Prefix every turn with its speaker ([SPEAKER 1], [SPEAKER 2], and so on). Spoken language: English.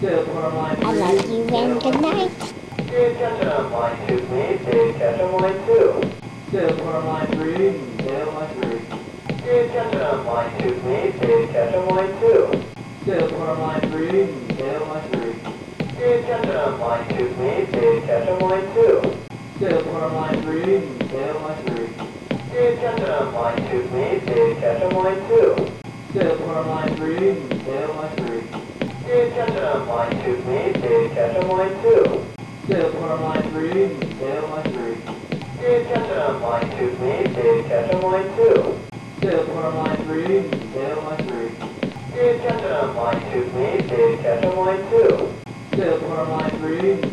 [SPEAKER 1] Good, we're on line
[SPEAKER 2] I love you and good night.
[SPEAKER 1] Good, catch on line two, please. Good, catch on line two. Good, we're on line three. Good, line three. Good, catch on line two, please. Good, catch on line two. Good, we're on line three. Good, line three. Good, catch on line two, please. Good, catch on line two. Good, we're on line three. Good, line three. Good, catch on line two, please. Good, catch on line two. Good, we're on line three. Good, line three. Good, catch on line two, please. Good, catch on line two. Good, we're on line three. Good, line three. Good, catch on line two, please. Good, catch on line two. Good, we're on line three. Good, line three. Good, catch on line two, please. Good, catch on line two. Good, we're on line three. Good,